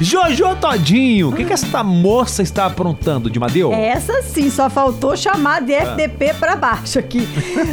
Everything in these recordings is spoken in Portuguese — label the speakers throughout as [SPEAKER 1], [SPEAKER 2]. [SPEAKER 1] Jojo Todinho, o que,
[SPEAKER 2] Hum.
[SPEAKER 1] que essa moça está aprontando de Madeu?
[SPEAKER 2] Essa sim, só faltou chamar de
[SPEAKER 1] Ah.
[SPEAKER 2] FDP pra baixo aqui.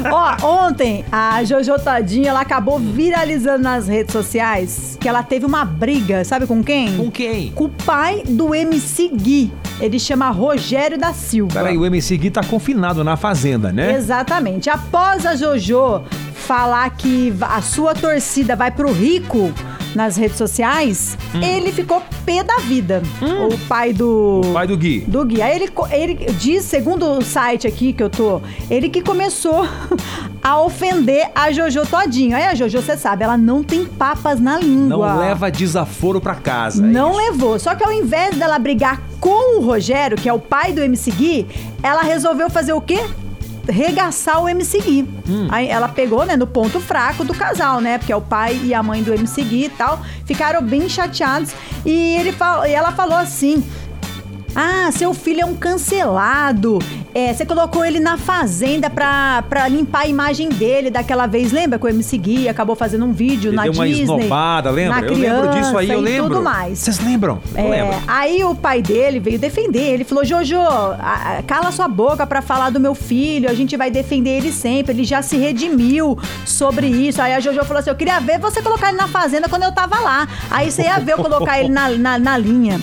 [SPEAKER 2] Ó, ontem a Jojo Todinho, ela acabou viralizando nas redes sociais que ela teve uma briga, sabe com quem?
[SPEAKER 1] Com quem?
[SPEAKER 2] Com o pai do MC Gui. Ele chama Rogério da Silva.
[SPEAKER 1] Peraí, o MC Gui tá confinado na fazenda, né?
[SPEAKER 2] Exatamente. Após a JoJo falar que a sua torcida vai pro rico nas redes sociais,
[SPEAKER 1] Hum.
[SPEAKER 2] ele ficou pé da vida. O pai do.
[SPEAKER 1] Pai do Gui.
[SPEAKER 2] do Gui. Aí ele, co- ele diz, segundo o site aqui que eu tô, ele que começou a ofender a Jojo todinho. Aí a Jojo, você sabe, ela não tem papas na
[SPEAKER 1] Não
[SPEAKER 2] língua.
[SPEAKER 1] leva desaforo pra casa.
[SPEAKER 2] Não levou. Só que ao invés dela brigar com o Rogério, que é o pai do MC Gui, ela resolveu fazer o quê? Regaçar o MC Gui.
[SPEAKER 1] Hum.
[SPEAKER 2] Aí ela pegou, né, no ponto fraco do casal, né? Porque é o pai e a mãe do MC Gui e tal. Ficaram bem chateados. E, ele fal- e ela falou assim. Ah, seu filho é um cancelado. É, você colocou ele na fazenda pra, pra limpar a imagem dele daquela vez. Lembra que o MC Gui acabou fazendo um vídeo
[SPEAKER 1] Ele
[SPEAKER 2] na
[SPEAKER 1] deu uma
[SPEAKER 2] Disney?
[SPEAKER 1] esnobada, lembra?
[SPEAKER 2] Na
[SPEAKER 1] eu lembro disso aí,
[SPEAKER 2] criança
[SPEAKER 1] eu
[SPEAKER 2] e
[SPEAKER 1] lembro.
[SPEAKER 2] tudo mais.
[SPEAKER 1] Vocês lembram? Eu
[SPEAKER 2] É,
[SPEAKER 1] lembro.
[SPEAKER 2] aí o pai dele veio defender. Ele falou: Jojo, a- a- cala sua boca pra falar do meu filho. A gente vai defender ele sempre. Ele já se redimiu sobre isso. Aí a Jojo falou assim: Eu queria ver você colocar ele na fazenda quando eu tava lá. Aí você ia ver eu colocar ele na, na, na linha.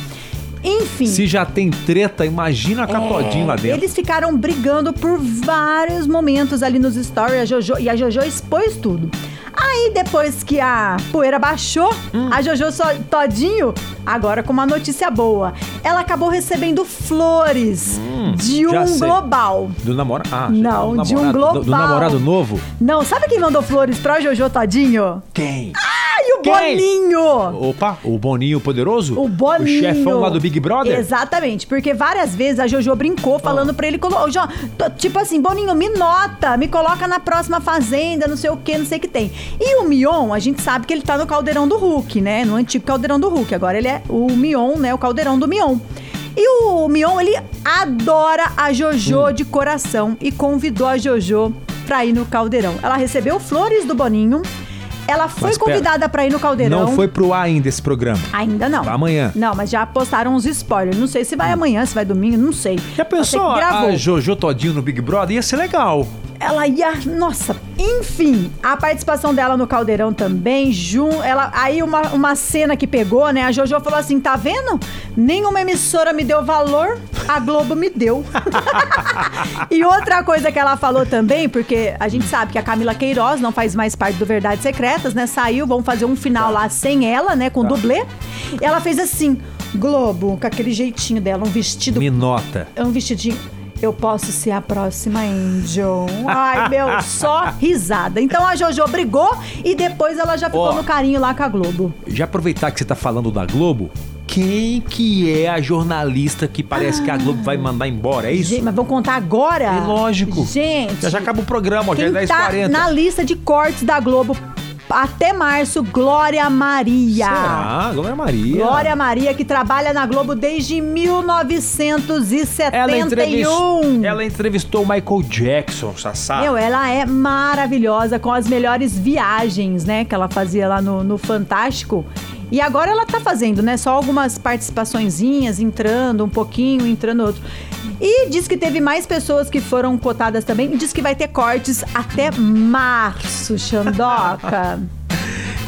[SPEAKER 2] Enfim.
[SPEAKER 1] Se já tem treta, imagina a
[SPEAKER 2] É.
[SPEAKER 1] Catodinho lá dentro.
[SPEAKER 2] Eles ficaram brigando por vários momentos ali nos stories a Jojo, e a Jojo expôs tudo. Aí, depois que a poeira baixou,
[SPEAKER 1] Hum.
[SPEAKER 2] a Jojo só, todinho, agora com uma notícia boa. Ela acabou recebendo flores de
[SPEAKER 1] Hum, já
[SPEAKER 2] um
[SPEAKER 1] sei.
[SPEAKER 2] global.
[SPEAKER 1] Do namorado. Ah,
[SPEAKER 2] Não,
[SPEAKER 1] do
[SPEAKER 2] de um
[SPEAKER 1] namorado- Do, do
[SPEAKER 2] global.
[SPEAKER 1] namorado novo?
[SPEAKER 2] Não, sabe quem mandou flores pra Jojo Todinho?
[SPEAKER 1] Quem?
[SPEAKER 2] Ai, o
[SPEAKER 1] Quem?
[SPEAKER 2] Boninho!
[SPEAKER 1] Opa, o Boninho Poderoso?
[SPEAKER 2] O Boninho.
[SPEAKER 1] O chefão lá do Big Brother? Ah.
[SPEAKER 2] Exatamente, porque várias vezes a Jojo brincou falando pra ele, colo- "Jo- tô- tipo assim, Boninho, me nota, me coloca na próxima fazenda, não sei o que, não sei o que tem. E o Mion, a gente sabe que ele tá no caldeirão do Hulk, né? No antigo caldeirão do Hulk. Agora ele é o Mion, né? O caldeirão do Mion. E o Mion, ele adora a
[SPEAKER 1] Hum.
[SPEAKER 2] Jojo de coração e convidou a Jojo pra ir no caldeirão. Ela recebeu flores do Boninho. Ela foi
[SPEAKER 1] Mas pera,
[SPEAKER 2] convidada pra ir no caldeirão.
[SPEAKER 1] Não foi pro ar ainda esse programa.
[SPEAKER 2] Ainda não.
[SPEAKER 1] Tá, Amanhã.
[SPEAKER 2] Não, mas já postaram uns spoilers. Não sei se vai amanhã, se vai domingo, não sei.
[SPEAKER 1] Já pensou
[SPEAKER 2] Você que gravou.
[SPEAKER 1] a Jojo Todinho no Big Brother? Ia ser legal.
[SPEAKER 2] Ela ia. Nossa, enfim, a participação dela no Caldeirão também, jun... ela Aí uma, uma cena que pegou, né? A Jojo falou assim: tá vendo? Nenhuma emissora me deu valor, a Globo me deu. e outra coisa que ela falou também, porque a gente sabe que a Camila Queiroz não faz mais parte do Verdades Secretas, né? Saiu, vão fazer um final lá sem ela, né? Com dublê. E ela fez assim. Globo, com aquele jeitinho dela, um vestido
[SPEAKER 1] Me nota.
[SPEAKER 2] é um vestidinho. Eu posso ser a próxima Angel. Ai, meu, só risada. Então a Jojo brigou e depois ela já ficou
[SPEAKER 1] Ó.
[SPEAKER 2] no carinho lá com a Globo.
[SPEAKER 1] Já aproveitar que você tá falando da Globo, quem que é a jornalista que parece que a Globo vai mandar embora? É isso?
[SPEAKER 2] Gente, mas vão contar agora?
[SPEAKER 1] É lógico.
[SPEAKER 2] Gente.
[SPEAKER 1] Já, já acaba o programa, ó, já é
[SPEAKER 2] Quem tá
[SPEAKER 1] 10h40.
[SPEAKER 2] na lista de cortes da Globo até março, Glória Maria.
[SPEAKER 1] Será? Glória Maria.
[SPEAKER 2] Glória Maria, que trabalha na Globo desde 1971.
[SPEAKER 1] ela entrevistou, ela entrevistou o Michael Jackson, Sassá.
[SPEAKER 2] Meu, ela é maravilhosa com as melhores viagens, né? Que ela fazia lá no, no Fantástico. E agora ela tá fazendo, né? Só algumas participaçõezinhas, entrando um pouquinho, entrando outro. E diz que teve mais pessoas que foram cotadas também. E diz que vai ter cortes até março, Xandoca.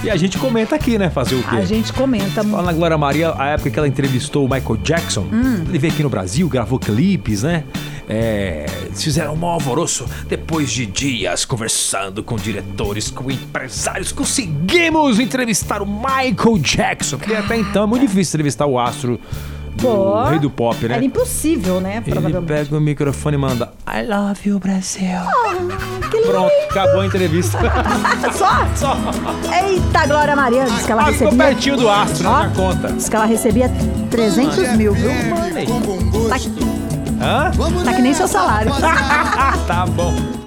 [SPEAKER 1] E a gente comenta aqui, né? Fazer o quê?
[SPEAKER 2] A gente comenta muito.
[SPEAKER 1] Falando na Glória Maria, a época que ela entrevistou o Michael Jackson,
[SPEAKER 2] Hum.
[SPEAKER 1] ele veio aqui no Brasil, gravou clipes, né? É, eles fizeram um maior alvoroço. Depois de dias conversando com diretores, com empresários, conseguimos entrevistar o Michael Jackson. Porque até então é muito difícil entrevistar o astro do
[SPEAKER 2] Pô,
[SPEAKER 1] rei do pop, né?
[SPEAKER 2] Era impossível, né?
[SPEAKER 1] Ele
[SPEAKER 2] Provavelmente.
[SPEAKER 1] pega o microfone e manda I love you, Brasil.
[SPEAKER 2] Ah, Que
[SPEAKER 1] Pronto, acabou a entrevista.
[SPEAKER 2] lindo! Só?
[SPEAKER 1] Só
[SPEAKER 2] Eita, Glória Maria! Diz que ela
[SPEAKER 1] Ah, ficou
[SPEAKER 2] recebia.
[SPEAKER 1] pertinho do astro, né?
[SPEAKER 2] Ó.
[SPEAKER 1] na conta.
[SPEAKER 2] Diz que ela recebia 300 mil, viu?
[SPEAKER 1] Mano, aí.
[SPEAKER 3] Com bom gosto.
[SPEAKER 2] Tá,
[SPEAKER 1] Hã?
[SPEAKER 3] Vamos
[SPEAKER 2] Tá que nem seu
[SPEAKER 3] nessa,
[SPEAKER 2] salário.
[SPEAKER 3] rapaziada.
[SPEAKER 1] tá bom.